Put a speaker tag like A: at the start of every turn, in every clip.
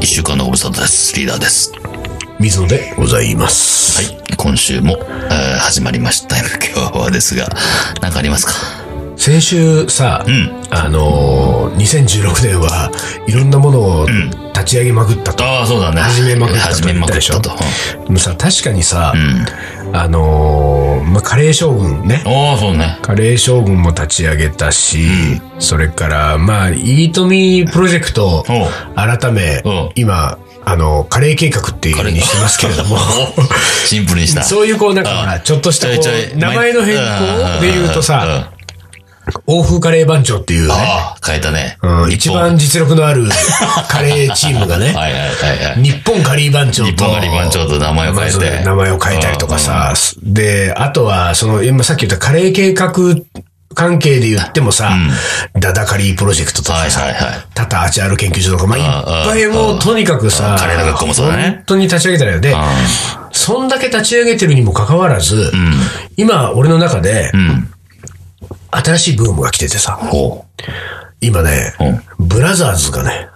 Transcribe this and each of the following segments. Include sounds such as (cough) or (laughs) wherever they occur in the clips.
A: 一週間のご無沙汰です。リーダーです。は
B: 水野でございます。い。
A: い。今週も、えー始まりました。今日はですが、なんかありますか
B: 先週さ、
A: ん
B: あのー、2016年はいろんなものを立ち上げまくったと。
A: ああ、そうだね。
B: 始めまくったと
A: 始めまくったと。
B: 言でもさ、確かにさ
A: う、ん。
B: あのー、まあ、カレー将軍ね。
A: ああ、そうね。
B: カレー将軍も立ち上げたし、それから、まあ、イートミープロジェクト、
A: おう
B: 改め
A: うん、
B: 今、あの、カレー計画っていう風にしてますけれども、
A: (laughs) シンプルにした。
B: そういうこう、なんかほら、ちょっとした
A: ちょいちょ
B: こ、
A: いう
B: 名前の変更で言うと
A: んんんん
B: さ、欧風カレー番長っていうね、
A: ああ、変えたね。
B: うん
A: 日
B: 一
A: 本
B: 番実力のある (laughs) カレーチームがね、
A: はいはいはいはい。
B: 日本カリー番長と、
A: 日本カリー番長と名前を変えて
B: まず名前を変えたりとかさ、で、あとは、その、今さっき言ったカレー計画関係で言ってもさ、ダダカリープロジェクトと
A: はい
B: か
A: は
B: さ
A: い、はい。
B: タタアチアール研究所とか、まあ、いっぱいもうとにかくさ、
A: カレーの学校もそうだね
B: 本当に立ち上げたのよ。で、そんだけ立ち上げてるにもかかわらず、今、俺の中で、
A: うん。
B: 新しいブームが来ててさ、
A: ほ
B: 今ね、ブラザーズが (laughs) ね、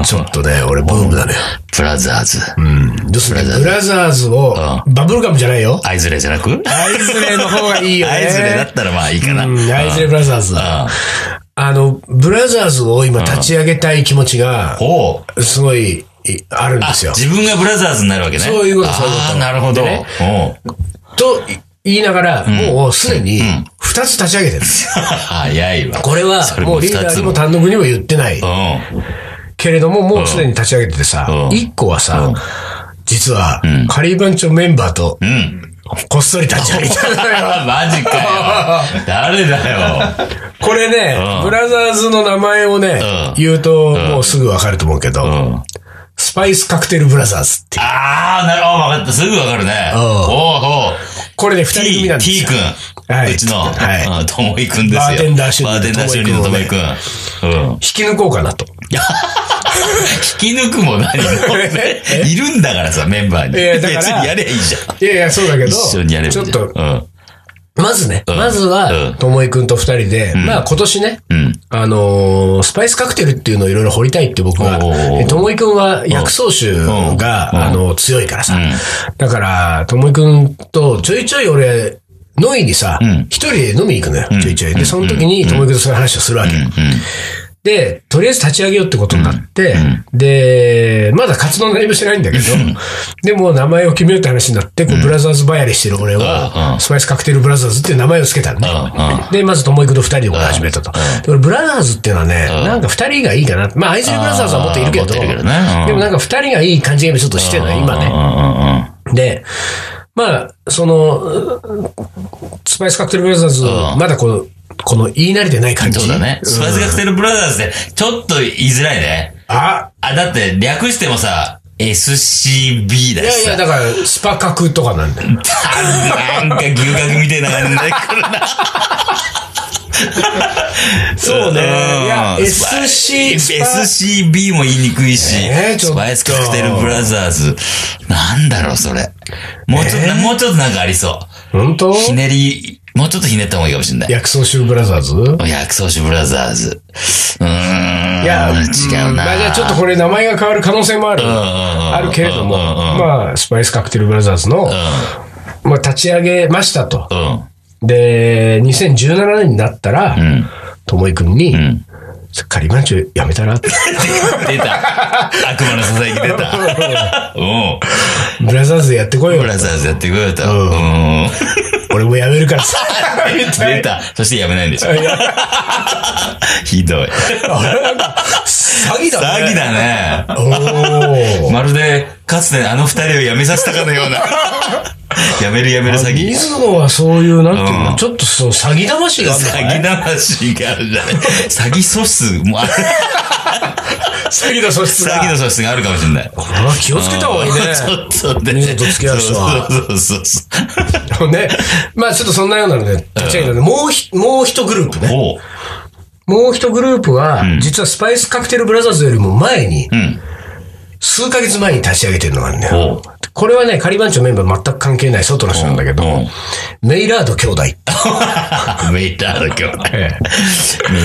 A: う。ちょっ
B: とね、俺ブームだね。
A: ブラザーズ。
B: うん。どうするブラザーズを、バブルガムじゃない (laughs) よ。
A: アイズレじゃなく
B: アイズレの方がいいよね。
A: アイズレだったらまあいいかな。
B: うんアイズレブラザーズだ。あの、ブラザーズを今立ち上げたい気持ちが、
A: ほう。
B: すごい、いあるんですよ。
A: 自分がブラザーズになるわけね。
B: そういうことそういうこと
A: ああ、なるほ
B: で
A: ど。
B: ね
A: おう
B: と言いながら、もうすでに2つ立ち上げてる。
A: 早いわ。
B: これは
A: そ、れ
B: も
A: も
B: う
A: 二
B: リーダー
A: つも
B: にも単独にも言ってない。
A: うん。
B: けれども、もうすでに立ち上げててさ、
A: うん
B: 1個はさ、実は、カリー番長メンバーと、
A: うん。 (laughs)
B: こっそり立ち上げたのよ。
A: マジかよ。誰だよ。
B: (laughs) これね、ブラザーズの名前をね、
A: うん
B: 言うと、もうすぐわかると思うけど、
A: うん。
B: スパイスカクテルブラザーズっていう。
A: ああ、なるほど。わかった。すぐわかるね。
B: うん
A: おうおう。
B: これね、二人組
A: T、
B: なんです
A: T
B: よ。
A: 君。
B: はいう
A: ちの、
B: はい
A: うんともいくんですよ。
B: バーテンダー修理
A: バ
B: の
A: ーテンダー修理のともいくん。うん。
B: 引き抜こうかなと。
A: 引き抜くも何
B: (laughs)
A: も。いるんだからさ、メンバーに。
B: いやだから
A: 別にやりゃいいじゃ
B: い
A: ん。
B: やいや、そうだけど、
A: 一緒にやればい
B: ちょっ
A: いじゃん。
B: と、まずね、
A: ん
B: まず
A: うん
B: は、ともいくんと二人で、まあ今年ね、
A: うん。うん。
B: あのースパイスカクテルっていうのをいろいろ掘りたいって僕は
A: おうおうおう、
B: ともいくんは薬草酒が、
A: うん
B: あのー強いからさ。
A: うん
B: だから、ともいくんとちょいちょい俺、ノイにさ
A: ん、
B: 一、人で飲みに行くのよ、ちょいちょい。で、その時にともいくんとそういう話をするわけ。で、とりあえず立ち上げようってことになって、で、まだ活動何もしてないんだけど、でも名前を決めようって話になって、こうブラザーズバヤリしてる俺
A: うんう
B: は
A: ん、
B: スパイスカクテルブラザーズっていう名前を付けたのね。
A: うん。うん。
B: で、まず、ともいくと二人でこれ始めたと。で、俺、ブラザーズっていうのはね、なんか二人がいいかな。まあ、アイズリーブラザーズは持っているけ
A: あー持
B: ど、
A: ってるけどねうん
B: でもなんか二人がいい感じが今ちょっとしてるの、今ね。
A: ね。
B: で、まあ、その、うんスパイスカクテルブラザーズ、まだこの、この言い慣れてない感じ。
A: そうだね。スパイスカクテルブラザーズで、ちょっと言いづらいね。
B: あ
A: あ、だって略してもさ、SCB だ
B: いや
A: し
B: いや、
A: さ。
B: だから、スパカクとかなんだよ。
A: なんか牛角みたいな感じで来るな。
B: そうね。いや、
A: うんスパ
B: SC、スパ
A: SCB も言いにくいし、
B: えーちょっ
A: ス
B: と
A: パイスカクテルブラザーズ。なんだろう、それ。もうちょっと、もうちょっとなんかありそう。
B: 本当
A: ひねり、もうちょっとひねった方がいいかもしれない。
B: 薬草集ブラザーズ
A: 薬草酒ブラザーズ。うーん。
B: いや、
A: 違うな。
B: まあじゃあちょっとこれ名前が変わる可能性もある。あ
A: あ
B: るけれども、
A: うん
B: まあ、スパイスカクテルブラザーズの、まあ、立ち上げましたと。
A: うん。うん。
B: で、2017年になったら、
A: ん
B: ともいくんに、
A: ん
B: カリバンチョやめ
A: (laughs)
B: たらって。(laughs)
A: 出た。悪魔のささやき出た。うん。
B: ブラザーズでやってこいよ
A: ブ。ラザーズやってくれた。うん。
B: 俺もやめるからさ。みたい
A: (laughs) 出た。そしてやめないんでしょ。ひど
B: な。
A: い。
B: あれなんか詐欺だ
A: 詐欺
B: ね。
A: だね。
B: おー。
A: まるで、かつてあの二人を辞めさせたかのような。やめるやめる詐欺。
B: 水野はそういう、なんていうの、
A: うん
B: ちょっとそう、詐欺魂があるん
A: 詐欺魂があるじゃない。詐欺素質もある。
B: 詐欺の素質
A: 詐欺の素質があるかもしれない。
B: これは気をつけた方がいいね。
A: ちょっとね。
B: 水野と付き合う人は
A: そうそうそうそう。
B: ね。まあちょっとそんなようなので、立ち上げたので、もうひ、もう一グループね。
A: おう。
B: もう一グループは、実はスパイスカクテルブラザーズよりも前に、
A: うん。
B: 数ヶ月前に立ち上げてるのがあるんだよ。
A: おう。
B: これはね、仮番長メンバー全く関係ない外の人なんだけど、メイラード兄弟。
A: メイラード兄弟。メイ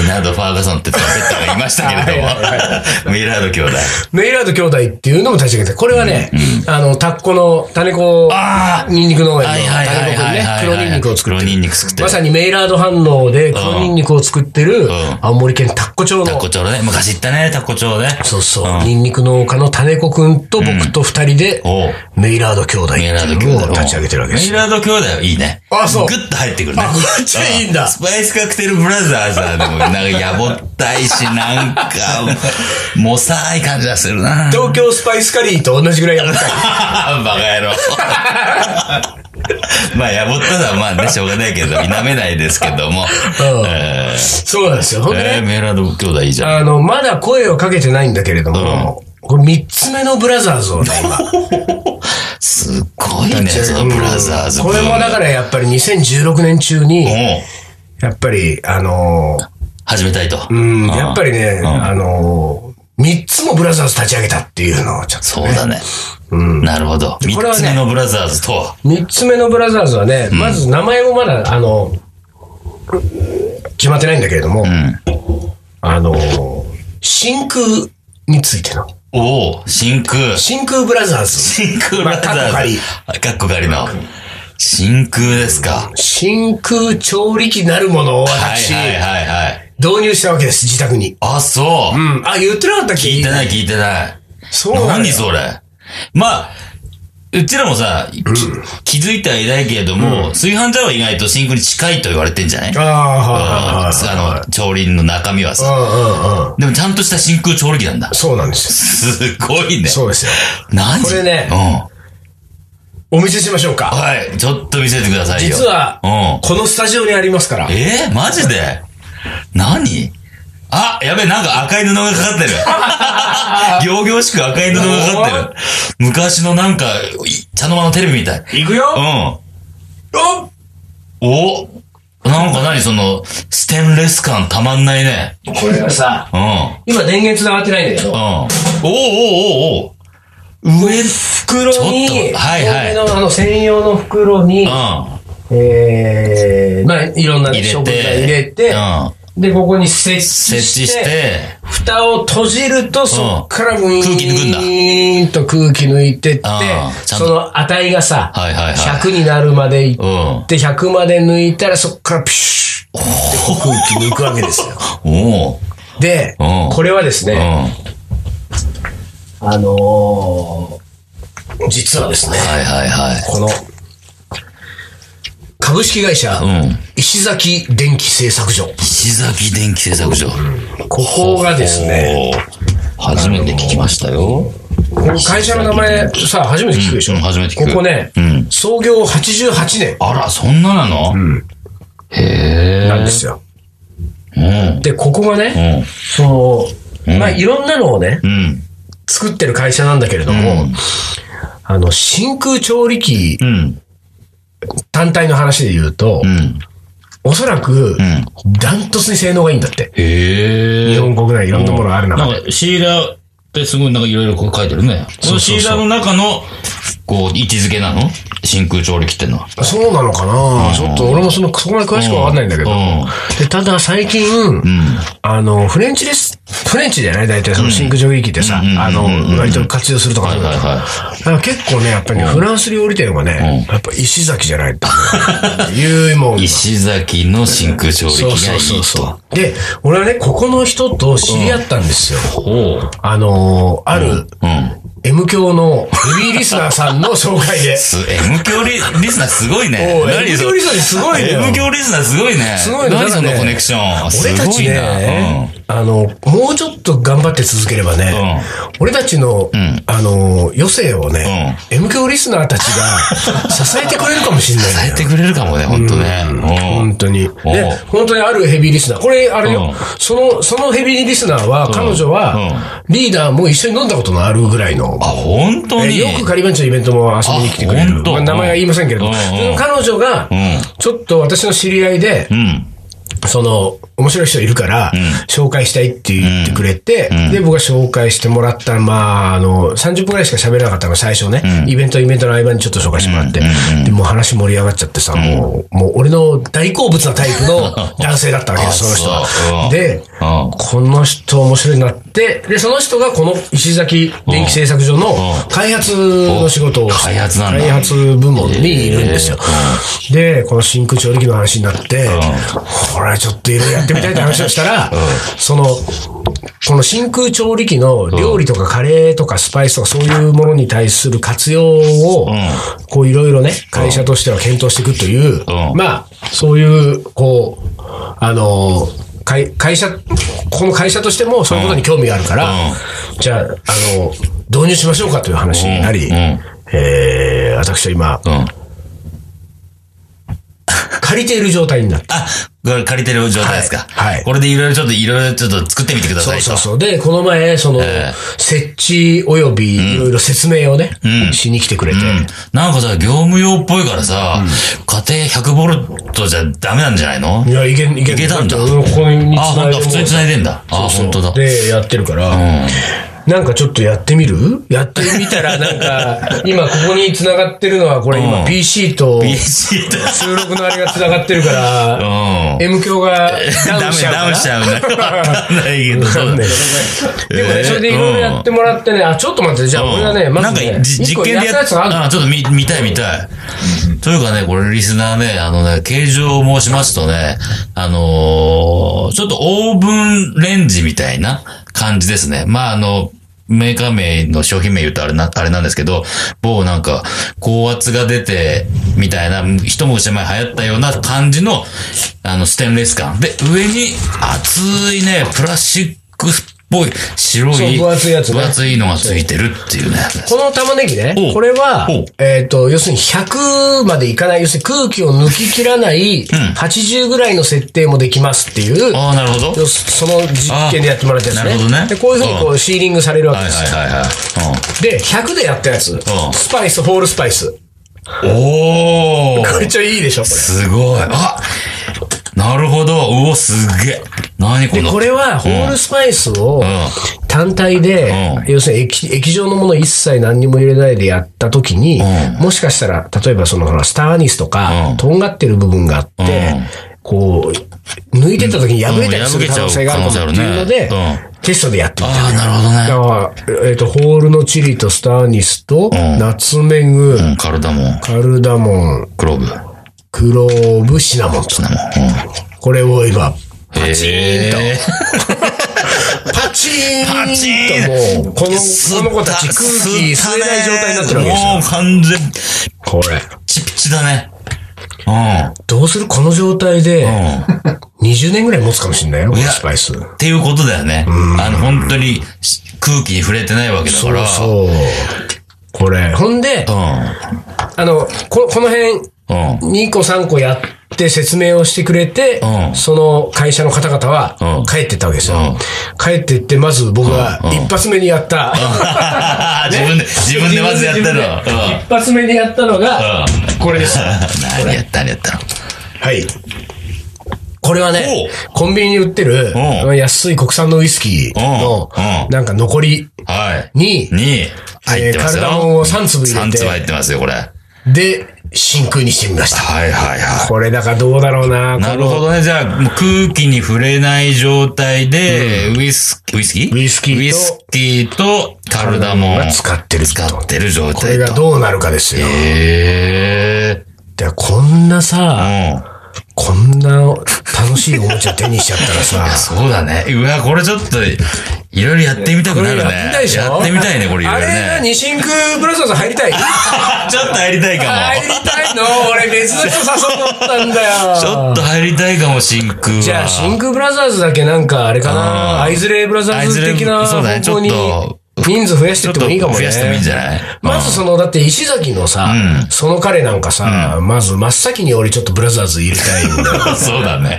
A: ラード・ファーガソンってトランペッターがいましたけれども、メイラード兄弟。
B: メイラード兄弟っていうのも立ち上げて、これはね、あの、タッコの種子
A: あー
B: ニンニク農園の
A: はいはい
B: タ
A: はい
B: ネコ
A: はい
B: ね
A: はい、
B: 黒ニンニクを作って
A: 黒
B: る。
A: ニンニク作ってる
B: まさにメイラード反応で黒ニンニクを作ってる
A: ん
B: 青森県タッコ町の
A: タコ町のね、昔行ったね、タコ町ね。
B: そうそう。ニンニク農家の種子くんと僕と二人で、
A: おう
B: メイラード兄弟って
A: メイラード
B: い
A: 兄
B: う
A: 弟
B: のを。立ち上げてるわけです
A: メイ
B: よ。
A: ラード兄弟、いいね。
B: あそう
A: グッと入ってくるね。
B: あこっちいいんだ
A: あスパイスカクテルブラザーズはでも、なんかやぼったいし、なんか、もさーい感じがするな。
B: 東京スパイスカリーと同じぐらいやばったい。
A: バカ野郎。まあ、やぼったさはまあね、しょうがないけど、否めないですけども。
B: うん
A: え
B: そうなんですよ。ほん
A: ー
B: でね
A: えーメイラード兄弟いいじゃん。
B: あの、まだ声をかけてないんだけれども、これ三つ目のブラザーズをね、今。
A: すごい (laughs) ね、そのブラザーズ。、
B: これもだかららやっぱり2016年中に、
A: もう、
B: やっぱり、あのー、
A: 始めたいと。
B: うん、
A: あー
B: やっぱりね、あのー、三つもブラザーズ立ち上げたっていうのをちょっと。
A: そうだね。なるほど。三
B: これはね
A: つ目のブラザーズとは。
B: 三つ目のブラザーズはね、まず名前もまだ、あの、決まってないんだけれども、あの、真空についての。
A: おお、真空。
B: 真空ブラザーズ。
A: 真空ブラ
B: まあカッ
A: ザ
B: コ
A: ー
B: 仮
A: ズ。あかっこかりの。真空ですか。
B: 真空調理器なるものを
A: はい
B: 私、
A: はいはいはい。
B: 導入したわけです、自宅に。
A: あ、そうう。
B: ん。あ、言ってなかったっけ
A: 聞いてない聞いてない。
B: そうなん
A: 何
B: だよ。
A: それ。まあ、うちらもさ、き気づいてはいないけれども、炊飯ジャーは意外と真空に近いと言われてんじゃない
B: ああ、はいはい
A: あの、調理の中身はさ。
B: はい。うんうんうん。
A: でもちゃんとした真空調理器なんだ。
B: そうなんですよ。
A: すごいね。
B: そうですよ。
A: 何
B: これね
A: うん。
B: お見せしましょうか。
A: はい、ちょっと見せてくださいよ。
B: 実は、
A: う
B: このスタジオにありますから
A: ん。。えー、マジで何あ、やべえ、なんか赤い布がかかってる。
B: (laughs)
A: 行々しく赤い布がかかってる。昔のなんか、い茶の間のテレビみたい。
B: いくよ
A: う
B: お
A: ん。おなんか何その、ステンレス感たまんないね。
B: これがさ、
A: うん。うん。
B: 今電源繋がってないんだけど、
A: おうおうおうおう上、
B: 袋
A: ちょっ
B: に、
A: とはいはい
B: 透明のあの専用の袋に、
A: う。
B: えー、まあいろんなん
A: 入れ
B: 食
A: て。
B: 材入れて
A: う、ん。
B: で、ここに設置
A: 設置
B: して、
A: して、
B: 蓋を閉じると、そっからブイーン
A: 空気抜くんだ
B: と空気抜いてって
A: あー、ちゃんと
B: その値がさ、
A: はいはいはい
B: 100になるまでいっ
A: うん。
B: て、100まで抜いたらそっからピシュッって空気抜くわけですよ。
A: おう。
B: で
A: うん、
B: これはです
A: う
B: ね、
A: ん。
B: あのー実はですね、
A: はいはいはい。
B: この、株式会社、
A: うん。
B: 石崎電気製作所。
A: 石崎電気製作所。
B: ここがですね、
A: おー。初めて聞きましたよ。
B: この会社の名前さ、初めて聞くでしょ、
A: うんうん初めて聞く
B: ここね、
A: うん
B: 創業88年
A: あら、そんななのへえ。
B: なんですよ。
A: うん。
B: で、ここがね、
A: うん。
B: その、まあ、いろんなのをね、
A: うん。
B: 作ってる会社なんだけれども、
A: うん
B: あの、真空調理器
A: うん。
B: 単体の話で言うと、
A: うん。
B: おそらく、ダントツに性能がいいんだって。
A: へえ。
B: 日本国内いろんなものがある中で。
A: なんか、シーラーってすごいなんかいろいろこう書いてるね。このシーラーの中の、こう、位置づけなの真空調理器ってのは。
B: そうなのかな、ちょっと俺もその、そこまで詳しくはわかんないんだけど。
A: うん
B: でただ最近、あの、フレンチです。フレンチじゃない大体その真空蒸気機ってさ、
A: うん
B: あの、割と活用するとかそういうの
A: はいはいは
B: だから結構ね、やっぱりね、フランス料理店はね、やっぱ石崎じゃないと。いうもん。
A: 石崎の真空調理器
B: そう
A: が
B: そ
A: いうい
B: そう
A: と。
B: そう。で、俺はね、ここの人と知り合ったんですよ。
A: おう。
B: あの、ある、
A: うん。
B: M 教のヘビーリスナーさんの紹介
A: (laughs)
B: で。
A: す、M 教リリスナーすごいね
B: お。う M 教リスナーすごいね
A: M 教リスナーすごいね。
B: すごいねだ
A: 何
B: か
A: そ
B: らね
A: のコネクション。す
B: 俺た
A: ご
B: ち
A: い
B: ね
A: な。、
B: あの、もうちょっと頑張って続ければね、俺たちの、あの、余生をね、M 教リスナーたち
A: (laughs)
B: が支えてくれるかもしれないんだ
A: 耐え
B: よ。
A: てくれるかもね、ほんとね。うん
B: 本当に。
A: おう
B: で、本当にあるヘビーリスナー。これ、あれ
A: うん
B: よ、その、そのヘビーリスナーは、彼女は、リーダーも一緒に飲んだことのあるぐらいの
A: あ、、本当
B: え
A: に
B: よくカリバンチのイベントも遊びに来てくれ
A: あほん
B: る。
A: と
B: まあ名前は言いませんけれ
A: う
B: ど、
A: んうん
B: その彼女が
A: ん、
B: ちょっと私の知り合いで
A: う、ん。
B: その、面白い人いるから、紹介したいって言ってくれて、で、僕が紹介してもらったら、まあ、あの、30分くらいしか喋れなかったのが最初ね、イベントイベントの合間にちょっと紹介してもらって、で、もう話盛り上がっちゃってさ、もう、もう俺の大好物なタイプの男性だったわけです、そ
A: あ
B: の人
A: そううん
B: は。で、
A: うん
B: この人面白いなって、で、その人がこの石崎電気製作所の開発の仕事をして、
A: 開発なんだ
B: 開発部門にいるんですよ。で、この真空調理器の話になって、これはちょっといろいろやってみたいって話をしたら、その、この真空調理器の料理とかカレーとかスパイスとかそういうものに対する活用を、こういろいろね、会社としては検討していくという、
A: うん
B: まあ、そういう、こう、あの会会社、この会社としてもそういうことに興味があるから、じゃあ、あの、導入しましょうかという話になり、
A: うんうん
B: えー、私は今、
A: うん。
B: 借りている状態になって。
A: あ、これ借りてる状態ですか。
B: はいはい
A: これでいろいろちょっと、いろいろちょっと作ってみてくだ
B: そ
A: さ
B: う
A: いと。
B: そうそう。で、この前、その、設置及びいろいろ説明をね、しに来てくれて、
A: なんかさ、業務用っぽいからさ、家庭100ボルトじゃダメなんじゃないの
B: いや、いけん、いけん。
A: いけたんだ
B: ここに
A: あ、ほんと、普通に
B: い
A: 繋いでんだ。あ、
B: で
A: ほ
B: も
A: んとだ。
B: で、やってるから、なんかちょっとやってみるやってみた
A: (laughs)
B: ら、なんか、今ここに繋がってるのは、これ
A: う
B: 今
A: ん
B: PC と (laughs)
A: PC と。
B: 収録のあれが繋がってるから、
A: うん。
B: M 響がダ
A: ダ
B: ウン
A: メ
B: しちゃうか
A: ダ
B: ら
A: ウンしちゃうね。わかんないけど。
B: でもね、それでいろいろやってもらってね、あ、ちょっと待って、じゃあ俺はね、まずね、
A: なんかじ
B: 一
A: 実
B: 個
A: 験
B: や
A: でや
B: ったやつがある
A: あちょっと見見たい見たい。というかね、これリスナーね、あのね、形状を申しますとね、あのーちょっとオーブンレンジみたいな感じですね。まあ、あの、メーカー名の商品名言うとあれな、あれなんですけど、某なんか、高圧が出て、みたいな、一昔前流行ったような感じの、あの、ステンレス感。で、上に熱いね、プラスチックっぽい、白い、
B: そう分厚いやつね
A: 分厚いのがついてるっていうね。
B: この玉ねぎね
A: おう、
B: これは
A: おう、
B: えっ、と、要するに100までいかない、要するに空気を抜き切らない、80ぐらいの設定もできますっていう、
A: ああ、なるほど。
B: 要すその実験でやってもらったやつ
A: あな
B: ね。
A: るほどね
B: で、こういうふうにこ
A: う
B: うシーリングされるわけ
A: はい
B: ですよ。
A: はいは
B: で、100でやったやつ、スパイス、ホールスパイス。
A: い。うん。お
B: めっ
A: ー
B: ちゃいいでしょ、これ。
A: すごい。あなるほど。うお、すげえ。何こ
B: で、
A: の。
B: これは、ホールスパイスを単体で、
A: うん
B: 要するに液液状のもの一切何にも入れないでやったときに、
A: う
B: もしかしたら、例えばその、ほらスターアニスとか、
A: うん
B: とんがってる部分があって、
A: うん
B: こう、抜いてったときに破れたりする
A: うん
B: 可能性があるかもっていうの
A: 破
B: で、
A: けちゃう可能性あるね
B: テストでやってみた。
A: ああ、なるほど
B: だ
A: ね。
B: から、えっ、と、ホールのチリとスターアニスと、
A: ん
B: ナツメグ、
A: うん、カルダモン、
B: カルダモン、
A: クローブ、
B: クローブ、シナモンと。
A: シナモン。
B: これを今、
A: うん、へえ。
B: パチーン
A: パチーン
B: ともう、この、この子たち空気吸えない状態になってるわけですよ。
A: もう完全、
B: これ。
A: チピチだね。うん。
B: どうするこの状態で、
A: うん。
B: 20年ぐらい持つかもしれないよ、この
A: や
B: スパイス。
A: っていうことだよね。あの、本当にし空気に触れてないわけだか
B: そう
A: ら。う
B: そう。これ。ほんで、あの、ここの辺、
A: ん。うん。
B: 2個3個やって説明をしてくれて、
A: うん
B: その会社の方々
A: う
B: は
A: ん
B: 帰ってったわけですよ。
A: うん
B: 帰ってって、まず僕が
A: うんうん
B: 一発目にやった。
A: (laughs) 自分で、自分でまずやったの。うん
B: 一発目にやったのが、これです。
A: (laughs) 何やった何やったの
B: はい。これはね、コンビニに売ってる、
A: うん
B: 安い国産のウイスキーの
A: うんう、ん
B: なんか残り
A: はい。
B: に、
A: に入ってますよ。
B: えーカルダモンを三粒入れて
A: 三粒入ってますよ、これ。はい
B: で、真空にしてみました。
A: はいは
B: これだからどうだろうな。
A: い。なるほどね。じゃあ、もう空気に触れない状態で、ウイスキー、ウイスキー
B: ウイスキーと
A: ウイスキーとカルダモ
B: カ
A: ン
B: ルダモンが使ってると
A: 使ってる状
B: これ
A: 態
B: が
A: と。
B: どうなるかですよ。
A: へ
B: でこんな
A: ー。
B: さ、
A: うん。
B: こんな楽しいおもちゃ手にしちゃったら
A: いや、
B: さ、
A: そうだね。うわ、これちょっと、いろいろやってみたく
B: こ
A: (laughs) な
B: れ
A: るね。
B: やってみたいでしょ
A: やってみたいね、これいろ
B: あ
A: いろ
B: れな、
A: ね。
B: 二真空ブラザーズ入りたい
A: ちょっと入りたいかも。
B: 入りたいの俺別の人誘ったんだよ。
A: (laughs) ちょっと入りたいかも、真空は。
B: じゃあ、真空ブラザーズだけなんか、あれかな、
A: あー
B: アイズレイブラザーズ的な
A: アイズレイそうだね
B: 方向に
A: ちょっと
B: 人数増やしてってもいいかもね。
A: ちょっと増やしてもいいんじゃない
B: まずその、だって石崎のさ、その彼なんかさ、まず真っ先に俺ちょっとブラザーズ入れたいんだよ。
A: そうだね。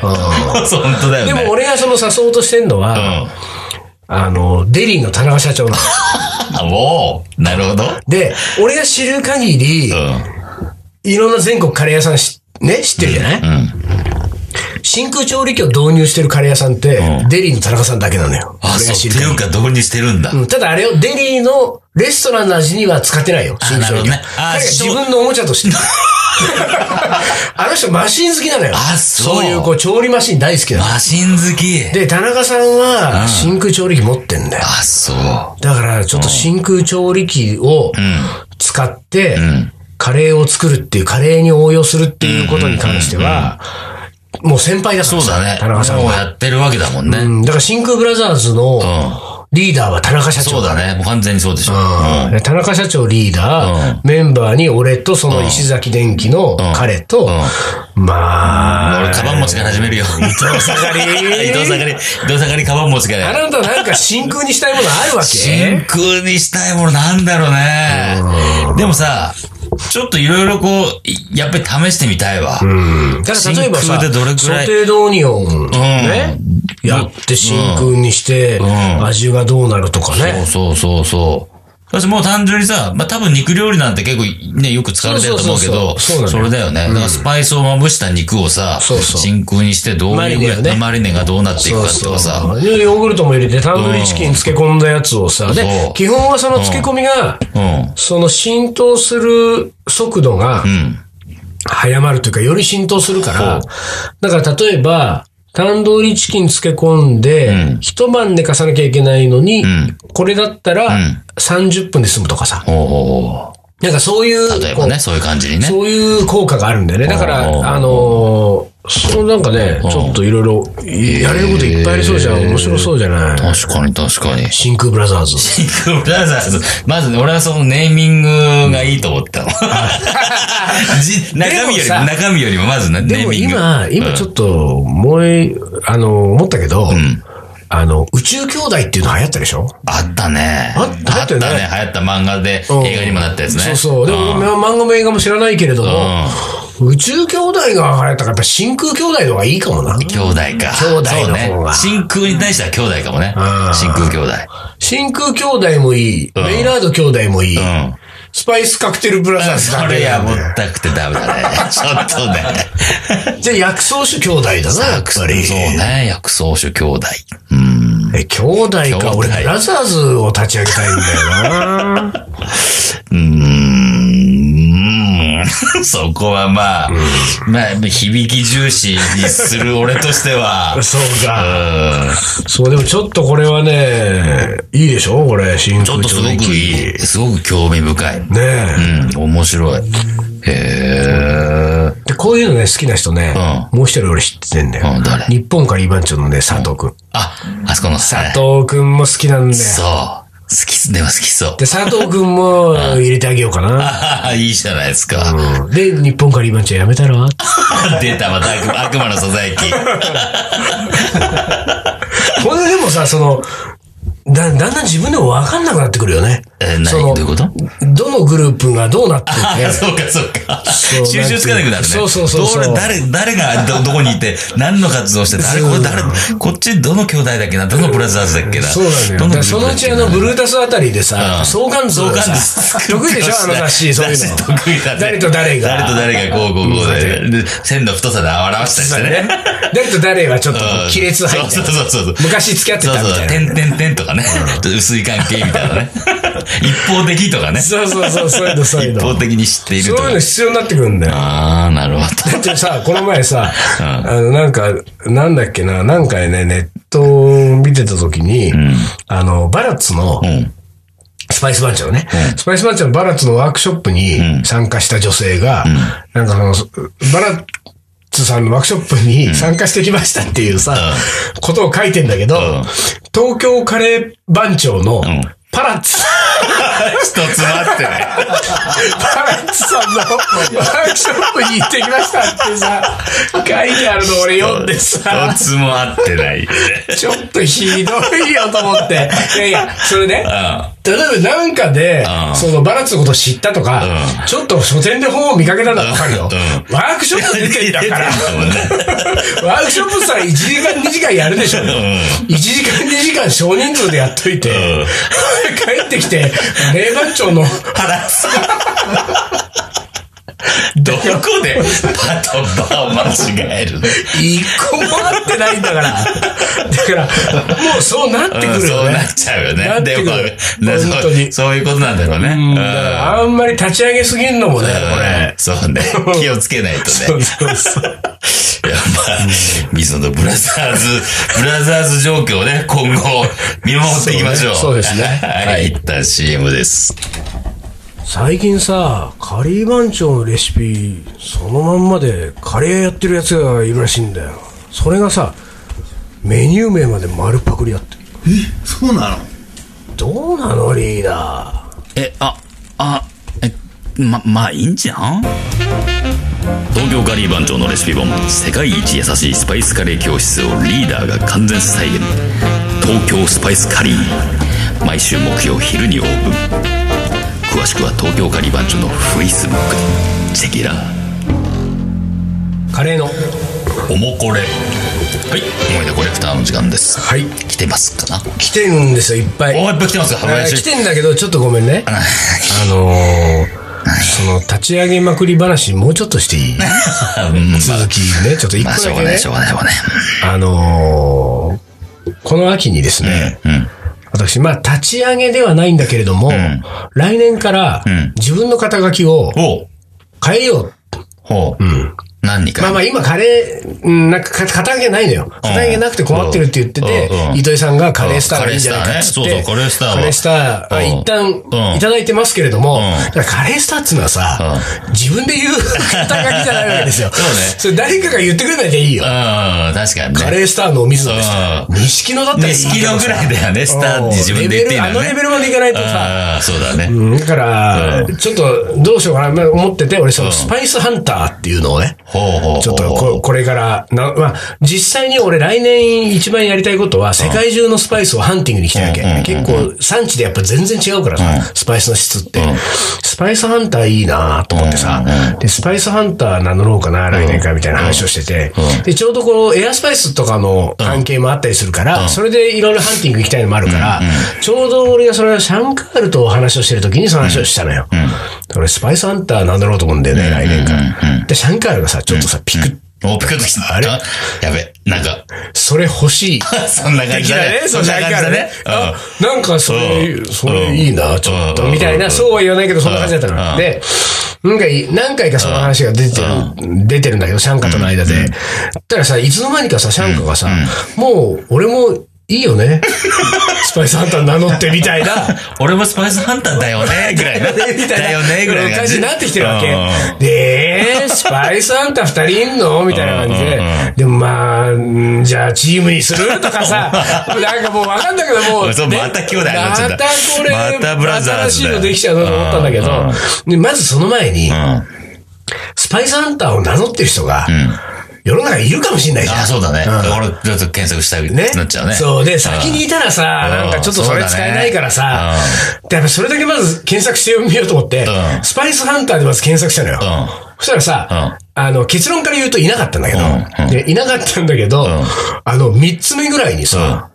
A: そう本当だ
B: (laughs)
A: よ
B: で
A: ね。
B: も俺がその誘おうとしてんのは、あの、デリーの田中社 (laughs) 長なの。
A: うん。おーなるほど。
B: で、俺が知る限り
A: う、ん。
B: いろんな全国カレー屋さんしね、知ってるじゃない、
A: ん
B: 真空調理器を導入してるカレー屋さんって、
A: うん
B: デリーの田中さんだけなのよ。
A: あ、
B: 俺が
A: そう。
B: 知
A: っ
B: る
A: て
B: 限
A: い
B: り
A: うか、どこにしてるんだ。
B: うんただあれをデリーのレストランの味には使ってないよ。
A: あなるほどねあ
B: 彼が
A: そう
B: 自分のおもちゃと
A: (laughs)
B: して。あの人マシン好きなのよ。
A: あそう
B: そういうこう調理マシン大好きなの。
A: マシン好き。
B: で、田中さんは真空調理器持ってんだよ。
A: あ、そう。
B: だからちょっと真空調理器を使って、カレーを作るっていう、カレーに応用するっていうことに関しては、もう先輩だから
A: そうだね。
B: 田中さん
A: もう
B: は。
A: やってるわけだもんね。
B: うん、だから真空ブラザーズのリーダーは田中社長
A: そうだね。もう完全にそうでしょ。うん
B: で田中社長リーダー、メンバーに俺とその石崎電機の彼と、まあ、
A: 俺、カバン持ちから始めるよ。伊藤
B: 盛り
A: (laughs) 伊藤盛り、伊藤盛り、カバン持ちか
B: あな
A: ら。
B: たなんか真空にしたいものあるわ
A: 真
B: け
A: 空にしたいものなんだろうね。でもさ、ちょっといろいろこう、いやっぱり試してみたいわ。
B: だから例えば
A: 真
B: さ、
A: 空でどれくらい
B: ソテードオニオン、ね、やって真空にして、
A: ん
B: 味がどうなるとかね。
A: そうそうそうそう。私もう単純にさ、まあ、多分肉料理なんて結構ね、よく使われてると思うけど、
B: そうそうそうそう
A: れだよね。だからスパイスをまぶした肉をさ、
B: そうそう
A: 真空にしてどう
B: マ
A: い
B: リ
A: う
B: ネ
A: ぐら
B: よ
A: い、
B: ね
A: マリネがどうなっていくかとかさ。
B: そうでヨーグルトも入れて、タンドリーチキン漬け込んだやつをさ、
A: そう
B: で、基本はその漬け込みが、
A: うん。
B: その浸透する速度が
A: ん
B: 早まるというか、より浸透するから
A: ほ、
B: だから例えば、タンドリーチキン漬け込んで、一晩寝かさなきゃいけないのに、これだったら30分で済むとかさ。
A: おうおうお
B: なんかそういう、
A: う例え
B: こ
A: ば
B: う
A: ね、そういう感じにね。
B: そういう効果があるんだよね。だから、
A: おうおう
B: あのーそうなんかね、ちょっといろいろやれることいっぱいありそうじゃん。面白そうじゃない。
A: 確かに確かに。
B: 真空ブラザーズ。
A: ピンクブラザーズ。まずね、俺はそのネーミングがいいと思ったの。
B: (laughs)
A: じ (laughs) 中身よ
B: で
A: り
B: もさ
A: も、中身よりもまずね、ネ
B: で
A: ー
B: も
A: ミング。
B: 今、今ちょっと、思い、あの、思ったけど、あの、宇宙兄弟っていうの流行ったでしょ
A: あったね。
B: あったあ
A: あ
B: っ
A: ったた
B: よ
A: ね。
B: ね
A: 流行った漫画で
B: うん
A: 映画にもなったやつね。
B: そうそう。でも、
A: ん
B: 漫画も映画も知らないけれども、
A: う
B: 宇宙兄弟が流行ったから、やっぱ真空兄弟の方がいいかもな。
A: ん。兄弟か。
B: 兄弟の方が
A: そうね。真空に対しては兄弟かもね
B: うん。
A: 真空兄弟。
B: 真空兄弟もいい、メイラード兄弟もいい、
A: うん。
B: スパイスカクテルブラザーズ
A: そ
B: だ
A: れ
B: け
A: や
B: だ
A: ぼっ
B: よね。
A: たくてダメだね。 (laughs) ちょっとね。
B: じゃあ、薬草種兄弟だな、やっぱり。
A: そうね。薬草種兄弟。うん。
B: え兄弟
A: 兄弟
B: か。俺、ブラザーズを立ち上げたいんだよな。
A: うーん (laughs) そこはまあ、まあ、響き重視にする俺としては、 (laughs)
B: そうか。
A: うん
B: そう、でもちょっとこれはね、いいでしょこれ、真
A: ちょっ
B: 空
A: とす
B: 調
A: ご
B: 理器。
A: くいい、すごく興味深い。
B: ね
A: う
B: え、
A: ん、面白い。へえ。
B: で、こういうのね、好きな人ね、もう一人俺知ってんだよ。
A: うん誰
B: 日本カリー番長のね、佐藤くん。
A: あ、あそこの佐
B: 佐藤くんも好きなんだよ。
A: そう。好き、でも好きそう
B: で、。佐藤くんも入れてあげようかな。
A: あ (laughs) いいじゃないですか。
B: うんで、日本カリー番長やめたら
A: (laughs) 出た、また悪魔悪魔の素材機。
B: これでもさ、その、だ、だんだん自分でもわかんなくなってくるよね。
A: え何
B: その
A: どういうこと
B: どのグループがどうなってて
A: あ、、そうか、そうか。
B: そう
A: 収集つかなくなるね。
B: そうそうそうそう
A: どれ誰、誰がど、どこにいて、何の活動して、誰、これ誰、こっちどの兄弟だっけな、どのブラザーズだっけな。
B: そうなんだよ。
A: ど
B: だから
A: のグルー
B: そ
A: プ
B: の
A: だ
B: う
A: っ
B: ち
A: け
B: あ
A: な
B: の、ブルータスあたりでさ、
A: うん
B: 相関図
A: 相
B: を
A: 関
B: さ
A: 図。
B: 得意でしょあの雑誌、そういう
A: 雑誌
B: の。
A: 得意だね。
B: 誰と誰が
A: 誰と誰が、こう、こう、こうで、で線の太さで表したりしてね。
B: 誰と誰はちょっとこう
A: うん
B: 亀裂入って
A: そうそうそうそう。
B: 昔付き合って
A: そう
B: たみ
A: そ
B: た
A: う、
B: いな。
A: 点点点とかね。ちょっと薄い関係みたいな
B: (laughs)
A: ね。一方的とかね。
B: そうそうそう、そういうの、そういう
A: 一
B: の。
A: 方的に知っていると
B: そういうの
A: か。
B: 必要になってくるんだよ。
A: ああ、なるほど。
B: だってさ、この前さ、あの、なんか、なんだっけな、なんかね、ネットを見てた時に、あの、バラッツの、
A: ん
B: スパイス番長のね、スパイス番長のバラッツのワークショップに参加した女性が、なんかその、バラッツさんのワークショップに参加してきましたっていうさ、ことを書いてんだけど、東京カレー番長の、パラッツ、
A: 一つ待ってね。
B: パラッツさんのワークショップに行ってきましたってさ、書いてあるの俺読んでさ
A: 一、つも合ってない。
B: ちょっとひどいよと思って。いやいや、それね。
A: う
B: 例えばなんかで、
A: うん
B: そのバラッツのことを知ったとか、ちょっと書店で本を見かけたんだわかるよ。
A: う
B: ワークショップ出てんだから。
A: もんね。
B: ワークショップさ、1時間2時間やるでしょ。1時間2時間少人数でやっといて、帰ってきて、名番長の
A: パラッツ。どこでパとバを間違えるの
B: 一個もなってないんだから。だから、もうそうなってく
A: うん
B: るよ
A: そう
B: ね
A: な。っちゃうよ
B: なっ
A: ね。
B: て
A: で
B: くる
A: も、だそう
B: 本当に
A: そういうことなんだろうね。
B: うんだからあんまり立ち上げすぎんのもね、
A: うん
B: これ。
A: そうね。気をつけないとね。
B: そうそうそう。
A: いや、まあ、水野とブラザーズ、ブラザーズ状況をね、今後、見守っていきましょう。
B: そうねそうですね
A: (laughs) は
B: はい
A: い、一旦 CM です。
B: 最近さ、カリー番長のレシピ、そのまんまでカレーやってるやつがいるらしいんだよ。それがさ、メニュー名まで丸パクリだって。
C: えそうなの
B: どうなのリーダ
D: え、あ、あ、え、ま、まあいいんじゃん東京カリー番長のレシピ本世界一優しいスパイスカレー教室をリーダーが完全再現東京スパイスカリー毎週木曜昼にオープン詳しくは東京カリー番長のフェイスブックチェキラー
B: ー。カレーの。
A: おもこれ。はい、思い出コレクターの時間です。
B: はい。
A: 来てますかな
B: 来てるんですよ、いっぱい。
A: お、いっぱい来てますか
B: えー来
A: 林。
B: てんだけど、ちょっとごめんね。あのー、その立ち上げまくり話、もうちょっとして
A: (laughs)
B: いい続きね、ちょっと一個
A: まあ、しょうが
B: だけ
A: な
B: ね
A: い、しょうがない、しょうがない。
B: あのー、この秋にですね、
A: うん。
B: 私、まあ、立ち上げではないんだけれども、来年から
A: ん
B: 自分の肩書きを
A: おう
B: 変えよう。
A: ほう。何にか。
B: まあまあ、今、カレー、うんなんか、か肩書きがないのよ。肩書きがなくて困ってるって言ってて
A: うんうん、
B: 糸井さんがカレースターがいいんじゃないかっつって。
A: うんカレースターねそうそうカレースターは
B: カレースターあ、
A: うん
B: 一旦、
A: うん
B: いただいてますけれども、
A: うん
B: だからカレースターっつうのはさ、自分で言う肩書きじゃないわけですよ。
A: (laughs) そうね
B: それ誰かが言ってくれなきゃいいよ。
A: うん、確かにね。
B: カレースターのお水野でした。
A: う
B: 錦野だったらいいけどさ
A: 錦野ぐらいだよねスターって自分で言っていいのはね
B: うんレベルあのレベルまでいかないとさ、
A: ああ、そうだね。
B: うんだから、ちょっとどうしようかなまあ思ってて、俺そのスパイスハンターっていうのをね、
A: ほうほうほう。
B: ちょっとここれからな、まあ、実際に俺来年一番やりたいことは、世界中のスパイスをハンティングに行きたいわけ。
A: うんうんうん
B: 結構産地でやっぱ全然違うからさ、スパイスの質って。スパイスハンターいいなと思ってさ、で、スパイスハンター名乗ろうかな、来年からみたいな話をしてて、で、ちょうどこう、エアスパイスとかの関係もあったりするから、それでいろいろハンティング行きたいのもあるから、ちょうど俺がそれシャンカールとお話をしてる時にその話をしたのよ。俺スパイスハンター名乗ろうと思うんだよね、来年から。で、シャンカールがさ、ちょっとさ、ピクッ
A: お、ピクッときた。あれやべ、なんか、 (laughs)
B: それ欲しい。
A: そんな感じだね。そんな感じだね。うん
B: あなんかそれ、それいいな、ちょっ
A: う
B: と。
A: ん
B: みたいな、そうは言わないけど、そんな感じだった
A: う
B: の。
A: ん
B: で、なんかい、何回かその話が出てる、出てるんだけど、シャンカとの間で。たらさ、いつの間にかさ、シャンカがさ、もう、俺もいいよね。 (laughs) スパイスハンター名乗ってみたいな。
A: 俺もスパイスハンターだよ (laughs) ね、ぐ
B: (laughs)
A: らいな。
B: みたいな
A: だよね、ぐらいな
B: 感じになってきてるわ
A: うん
B: け。で、スパイスあんた二人いんのみたいな感じ
A: うんうん
B: で。でもまあ、んじゃあチームにするとか
A: (laughs)
B: さ、なんかもうわかんだけどもう。
A: そう
B: ね
A: また兄弟に
B: ま
A: なっちゃった
B: たこれ、
A: またブラザーズ
B: 新し
A: だ
B: い
A: よ
B: のできちゃうなと思ったんだけど
A: うんうん、
B: でまずその前に、
A: うん
B: スパイスハンターを名乗ってる人が、世の中にいるかもしれないじゃん。
A: あ、そうだね。
B: ん
A: 俺、ちょっと検索したく
B: ね。
A: なっちゃうね。
B: そう。で、先にいたらさ、なんかちょっとそれ使えないからさ
A: そ、
B: で、やっぱそれだけまず検索してみようと思って
A: う、ん
B: スパイスハンターでまず検索したのよ。
A: う
B: そしたらさ、あの、結論から言うといなかったんだけ
A: うんう
B: ど、
A: ん
B: でいなかったんだけど、あの、三つ目ぐらいにさ、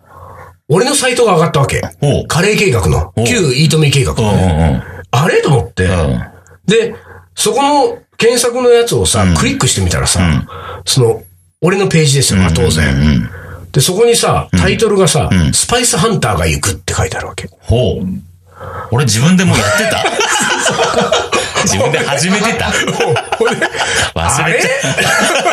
B: 俺のサイトが上がったわけ
A: おう。
B: カレー計画の、旧イートミー計画の
A: ん。うん
B: ね。
A: うんうん。
B: あれと思って、
A: うん
B: で、そこの検索のやつをさ、クリックしてみたらさ、その、俺のページですよ、まあ当然。で、そこにさ、タイトルがさ、スパイスハンターが行くって書いてあるわけ。
A: ほう。俺自分でもうやってた (laughs) 自分で始
B: (laughs)
A: めてた忘れちゃっ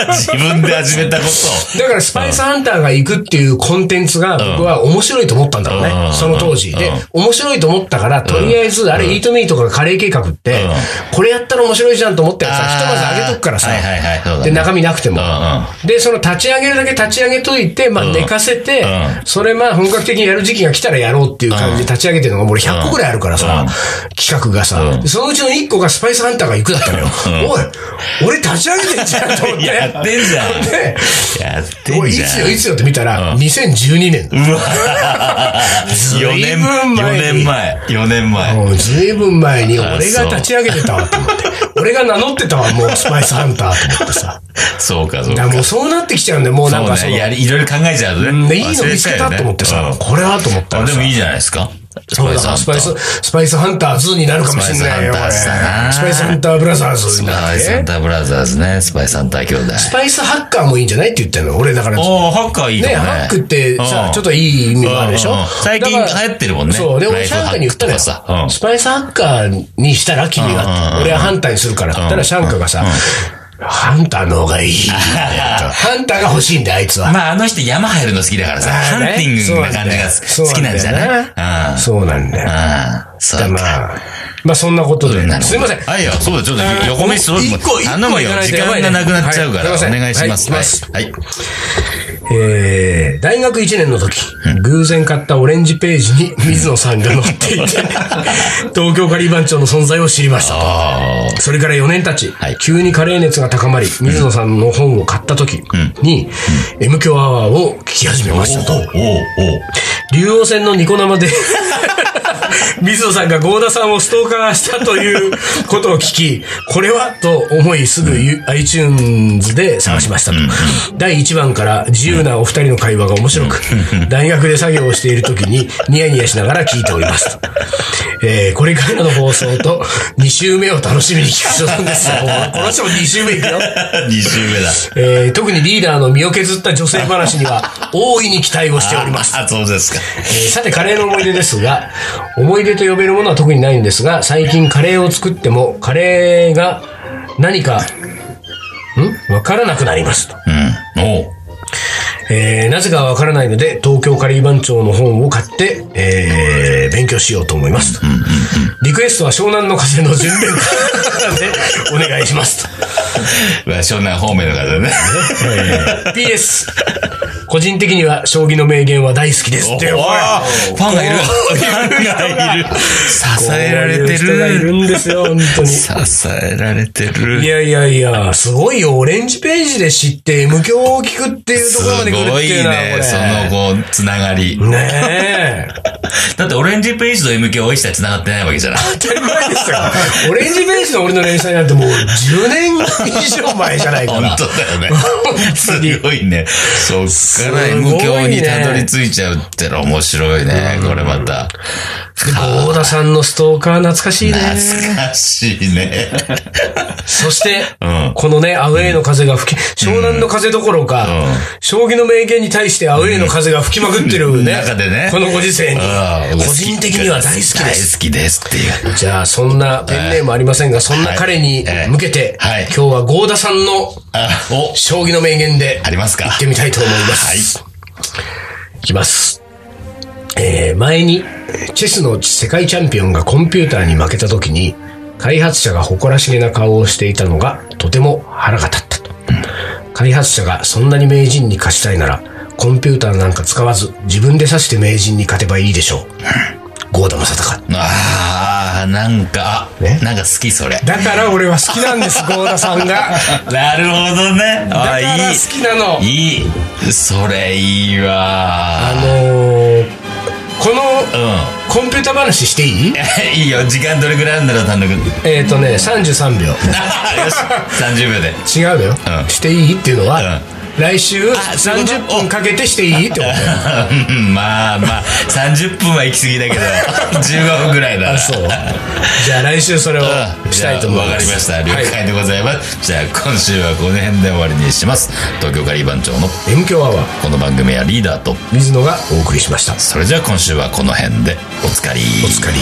A: た。自分で始め
B: (laughs)
A: たこと
B: だから、スパイスハンターが行くっていうコンテンツが、僕は面白いと思ったんだろう
A: う
B: ね。
A: ん
B: その当時。で、面白いと思ったから、とりあえず、あれ、イートミーとかカレー計画って、これやったら面白いじゃんと思ったらさ、
A: あー
B: ひとまず上げとくからさ
A: はいはいはいそうだ、ね
B: で、中身なくても
A: うんうん。
B: で、その立ち上げるだけ立ち上げといて、まあ、寝かせて
A: う、
B: それまあ、本格的にやる時期が来たらやろうっていう感じで立ち上げてるのが、俺100個ぐらいあるからさ、企画がさ、でそのうちの1個がスパイスハンターが行くだったのよ。おい、俺立ち上げてんじゃんと思っ
A: (laughs)
B: て。
A: やってん
B: (laughs)
A: じゃん。
B: で
A: やって
B: お
A: ん
B: いい
A: じゃん。
B: つよいつよって見たら、2012年だ。
A: うわ
B: (laughs)
A: !4 年、
B: 随分
A: 4
B: 前に
A: 年前。4年前。
B: もうずいぶん前に
A: あ
B: 俺が立ち上げてたわと思って。俺が名乗ってたわ、もうスパイスハンターと思ってさ。
A: そうか、そう
B: だ
A: か。
B: からもうそうなってきちゃうんで、もうなん
A: そう
B: かその、
A: ね。やりいろいろ考えちゃうと
B: うん
A: ね。
B: いいの見つけたと思って
A: 忘れちゃうよ
B: さ
A: ね、
B: これはと思った
A: うんあ
B: ら
A: で
B: さ
A: もいいじゃないですか。ス
B: そ
A: パ
B: う
A: イスハ
B: だ、
A: ン
B: スパイ
A: ター
B: ス、スパイスハンターズになるかもしれないよ、これ。
A: スパイスハン
B: スパイスハンタ
A: ターズだな
B: ーブラザーズ
A: ス
B: にな
A: パ
B: っ
A: イス
B: て
A: ハン
B: ね。
A: ターブラザーズね、スパイスハンター兄弟。
B: スパイスハッカーもいいんじゃないって言ってんの俺だから。ね、
A: おー、ハッカーいいかもね。
B: ハックって
A: う
B: さ
A: ん、
B: ちょっといい意味もあるでし
A: うんうん
B: ょ
A: うん最近
B: だから
A: 流行ってるもんね
B: そう。で、
A: ラ
B: 俺
A: イフ
B: シ
A: ハ
B: ャン
A: ッ
B: カ
A: ク
B: に言ったら
A: とかさう
B: さ、
A: ん
B: スパイスハッカーにしたら君
A: うんうん
B: が
A: う
B: っ
A: ん
B: て。俺はハンターにするからって言ったらシャンカがさ、ハンターの方がいい。ハンターが欲しいんだよ、あいつは。
A: まあ、あの人山入るの好きだからさ、ハンティングな感じが
B: そう
A: 好きなんじゃない
B: だよ
A: うん。
B: そうなんだよ。
A: うん。そう
B: だ
A: か。
B: まあ、まあそんなことで。すいません。
A: あ、いや、そうだ、ちょっと横目しそう。
B: 一個
A: 頼む
B: 一個い
A: よ
B: か。ない
A: 時
B: とやば
A: 間
B: いね
A: がなくなっちゃうから、
B: はい
A: お
B: すいません
A: 願いします。
B: はいいきます
A: はい。
B: えー、大学1年の時、偶然買ったオレンジページに水野さんが載っていて、東京カリー番長の存在を知りました。
A: あ
B: それから4年経ち、
A: はい
B: 急にカレー熱が高まり、水野さんの本を買った時に、M 強アワーを聞き始めました
A: ー。お
B: と。
A: (laughs) おお
B: 竜王戦のニコ生で、水野さんが郷田さんをストーカーしたということを聞き、これはと思いすぐゆ iTunes で探しましたと。第1番から自由なお二人の会話が面白く、大学で作業をしている時にニヤニヤしながら聞いておりますと。えーこれからの放送と2週目を楽しみに聞く所存ですよ。この人も2週目行くよ。
A: 二週目だ。
B: えー特にリーダーの身を削った女性話には大いに期待をしております。
A: あ、そうですか。
B: えー (laughs) さて、カレーの思い出ですが、思い出と呼べるものは特にないんですが、最近カレーを作っても、カレーが何か、んわからなくなりますと。
A: うん。おう
B: えーなぜかわからないので、東京カリー番長の本を買って、えー勉強しようと思いますと。リクエストは湘南の風の順弁歌 (laughs) でお願いしますと。
A: うわ湘南方面の方ね。
B: PS、個人的には将棋の名言は大好きですって。
A: おお
B: ほら
A: ファンがいる。ファンがいる。支えられて
B: こういう人がいる
A: る。
B: んですよ、本当に。
A: 支えられて
B: (laughs)
A: る。
B: いやいやいや、すごいよ。オレンジページで知って、無教を聞くっていうと
A: す
B: ころまで来るっ
A: ご
B: て
A: い
B: いうのは、こ
A: ね、
B: れ。
A: その後、つながり。
B: ねえ。
A: だって、オレンジページと MK おいしさ繋がってないわけじゃ
B: (laughs)
A: ない。
B: 当たり前ですよ。オレンジページの俺の連載なんてもう10年以上前じゃ (laughs) ないか
A: 本
B: ら。
A: 当だよね。
B: 当に
A: すごいね。そっから
B: すごい
A: M
B: ね
A: 教にたどり着いちゃうっての面白いね。これまた。
B: 大田さんのストーカー懐かしいね。
A: 懐かしいね。
B: そして、
A: うん
B: このね、アウェーの風が吹き、湘南の風どころか、
A: うん
B: 将棋の名言に対してアウェーの風が吹きまくってるね。
A: 中でね
B: このご時世に
A: うん。
B: 個人的には大好きです。
A: 大好きですっていう。
B: じゃあ、そんなペンネームありませんが、そんな彼に向けて、
A: はいはい
B: 今日は郷田さんの
A: あ、お、
B: 将棋の名言で
A: ありますか
B: 行ってみたいと思います。い。きます。えー前に、チェスの世界チャンピオンがコンピューターに負けた時に、開発者が誇らしげな顔をしていたのが、とても腹が立ったと。開発者がそんなに名人に勝ちたいなら、コンピューターなんか使わず、自分で指して名人に勝てばいいでしょう。郷田正孝。
A: あー、なんか、
B: ね
A: なんか好きそれ。
B: だから俺は好きなん
A: (laughs)
B: です、郷田さんが。
A: なるほどね。
B: だか
A: あ、
B: ら
A: い
B: 好きなの。
A: い。いい。それいい
B: あ
A: わ。
B: のー、この
A: う
B: コンピューター話していい
A: ん。 (laughs) いいよ。時間どれくらいあるんだろう、単独。 (laughs)
B: えっ、ー、とね、33秒。
A: よし。30秒で。
B: 違うのよ、
A: うん
B: していいっていうのは、来週
A: そういうこと
B: 30分かけてしていいってことだよ。
A: うんまあまあ、30分は行き過ぎだけど、15分ぐ (laughs) らいだ。
B: あそう。じゃあ来週それをしたいと思います。
A: わかりました。了
B: はい
A: 解でございます。じゃあ今週はこの辺で終わりにします。東京カリー番長の
B: M 強アワー、
A: この番組はリーダーと、
B: 水野がお送りしました。
A: それじゃあ今週はこの辺でおつかり。
B: お疲れ。